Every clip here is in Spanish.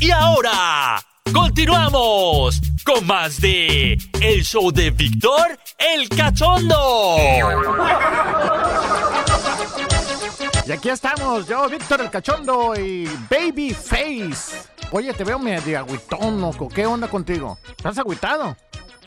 Y ahora, continuamos con más de El Show de Víctor el Cachondo. Y aquí estamos, yo, Víctor el Cachondo y Babyface. Oye, te veo medio agüitón, loco. ¿Qué onda contigo? ¿Estás agüitado?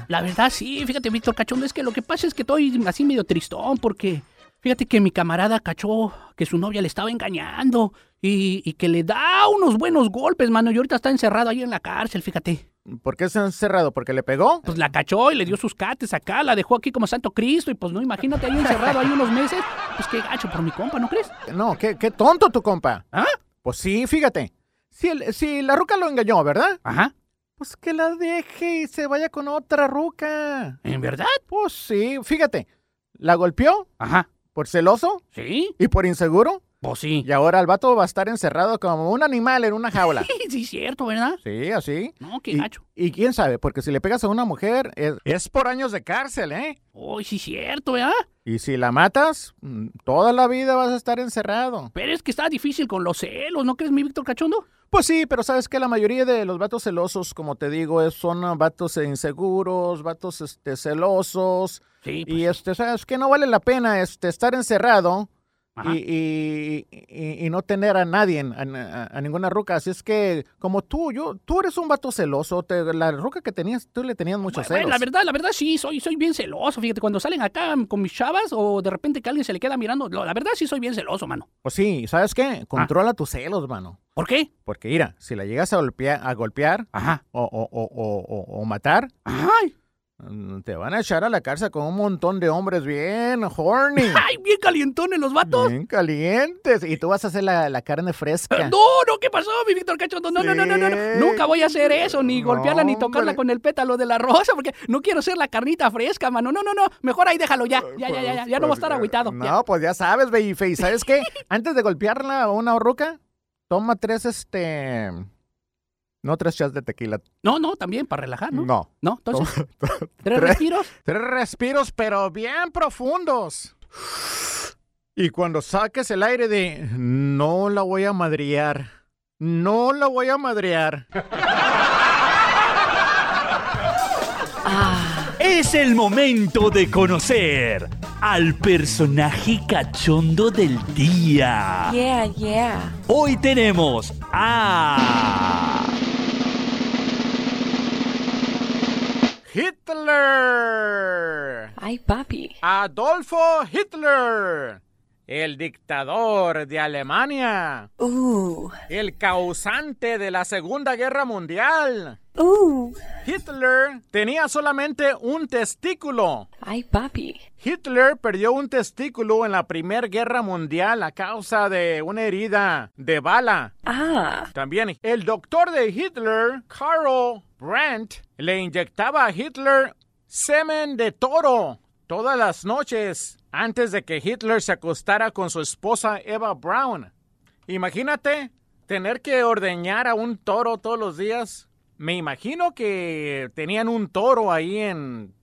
La verdad, sí, fíjate, Víctor Cachondo, es que lo que pasa es que estoy así medio tristón porque fíjate que mi camarada cachó que su novia le estaba engañando y, y que le da unos buenos golpes, mano, y ahorita está encerrado ahí en la cárcel, fíjate. ¿Por qué se han cerrado? ¿Porque le pegó? Pues la cachó y le dio sus cates acá, la dejó aquí como Santo Cristo y pues no, imagínate ahí encerrado ahí unos meses. Pues qué gacho por mi compa, ¿no crees? No, qué, qué tonto tu compa. ¿Ah? Pues sí, fíjate. Si, el- si la ruca lo engañó, ¿verdad? Ajá, Pues que la deje y se vaya con otra ruca. ¿en verdad? Pues sí, fíjate. La golpeó Ajá, por celoso ¿sí? y por inseguro. Pues sí. Y ahora el vato va a estar encerrado como un animal en una jaula. Sí, cierto, ¿verdad? Sí, así. No, qué Y- gacho. Y quién sabe, porque si le pegas a una mujer es, es por años de cárcel, ¿eh? Uy, sí, cierto, ¿verdad? Y si la matas, mm, toda la vida vas a estar encerrado. Pero es que está difícil con los celos, ¿no crees, mi Víctor Cachondo? Pues sí, pero sabes que la mayoría de los vatos celosos, como te digo, es- son ah, vatos inseguros, vatos este, celosos. Sí, pues, Y este, sabes que no vale la pena este, estar encerrado ajá. y, y- y- y no tener a nadie, a, a- a ninguna ruca. Así es que, como tú, yo, tú eres un vato celoso. te- la ruca que tenías, tú le tenías muchos Bueno, celos. la verdad, la verdad sí, soy, soy bien celoso. Fíjate, cuando salen acá con mis chavas o de repente que alguien se le queda mirando, lo- la verdad sí soy bien celoso, mano. Pues sí, ¿sabes Ah. qué? Controla tus celos, mano. ¿Por qué? Porque mira, si la llegas a golpear, a golpear Ajá. o, o- o- o- o- o matar, Ay, mm, te van a echar a la cárcel con un montón de hombres bien horny, ay, bien calientones los vatos. bien calientes, y tú vas a hacer la, la carne fresca. No, no, ¿qué pasó, mi Víctor Cachondo? No, no, no, no, no, no. Sí. Nunca voy a hacer eso, ni No, golpearla, ni tocarla hombre. con el pétalo de la rosa, porque no quiero ser la carnita fresca, mano. No, no, no, mejor ahí déjalo ya. Ya, ya, ya, ya, ya no voy a estar Pues, agüitado. No, Ya. pues ya sabes, babyface, ¿sabes qué? Antes de golpearla a una ruca, toma tres, este... No tres shots de tequila, No, no, también para relajar, ¿no? No, no. entonces, tres Tres. respiros. Tres respiros, pero bien profundos. Y cuando saques el aire de no la voy a madrear, no la voy a madrear. Es el momento de conocer al personaje cachondo del día. Yeah, yeah. Hoy tenemos a... Hitler. Ay, papi. Adolfo Hitler. El dictador de Alemania. Uh, El causante de la Segunda Guerra Mundial. uh. Hitler tenía solamente un testículo. Ay, papi. Hitler perdió un testículo en la Primera Guerra Mundial a causa de una herida de bala. Ah, También el doctor de Hitler, Karl Brandt, le inyectaba a Hitler semen de toro todas las noches antes de que Hitler se acostara con su esposa Eva Braun. Imagínate tener que ordeñar a un toro todos los días. Me imagino que tenían un toro ahí en,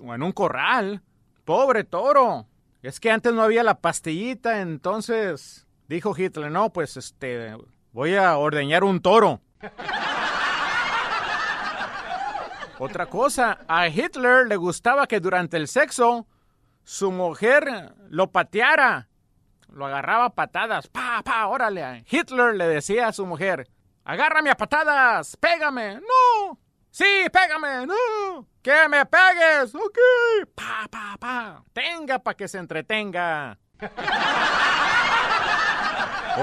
en un corral. Pobre toro. Es que antes no había la pastillita, entonces dijo Hitler, no, pues este, voy a ordeñar un toro. Otra cosa, a Hitler le gustaba que durante el sexo su mujer lo pateara. Lo agarraba a patadas. Pa, pa, órale. Hitler le decía a su mujer, agárrame a patadas, pégame. No. Sí, pégame. No. Que me pegues. Ok. Pa, pa, pa. Tenga para que se entretenga.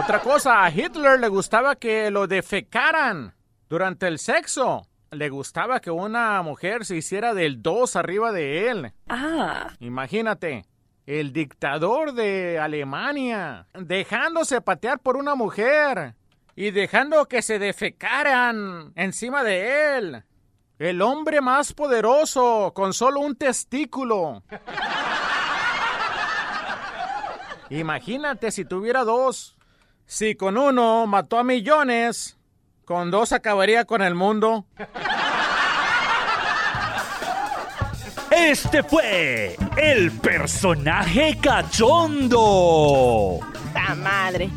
Otra cosa, a Hitler le gustaba que lo defecaran durante el sexo. Le gustaba que una mujer se hiciera del dos arriba de él. ah. Imagínate, el dictador de Alemania dejándose patear por una mujer y dejando que se defecaran encima de él. El hombre más poderoso con solo un testículo. Imagínate si tuviera dos. Si con uno mató a millones, con dos acabaría con el mundo. Este fue el personaje cachondo. ¡Ta madre!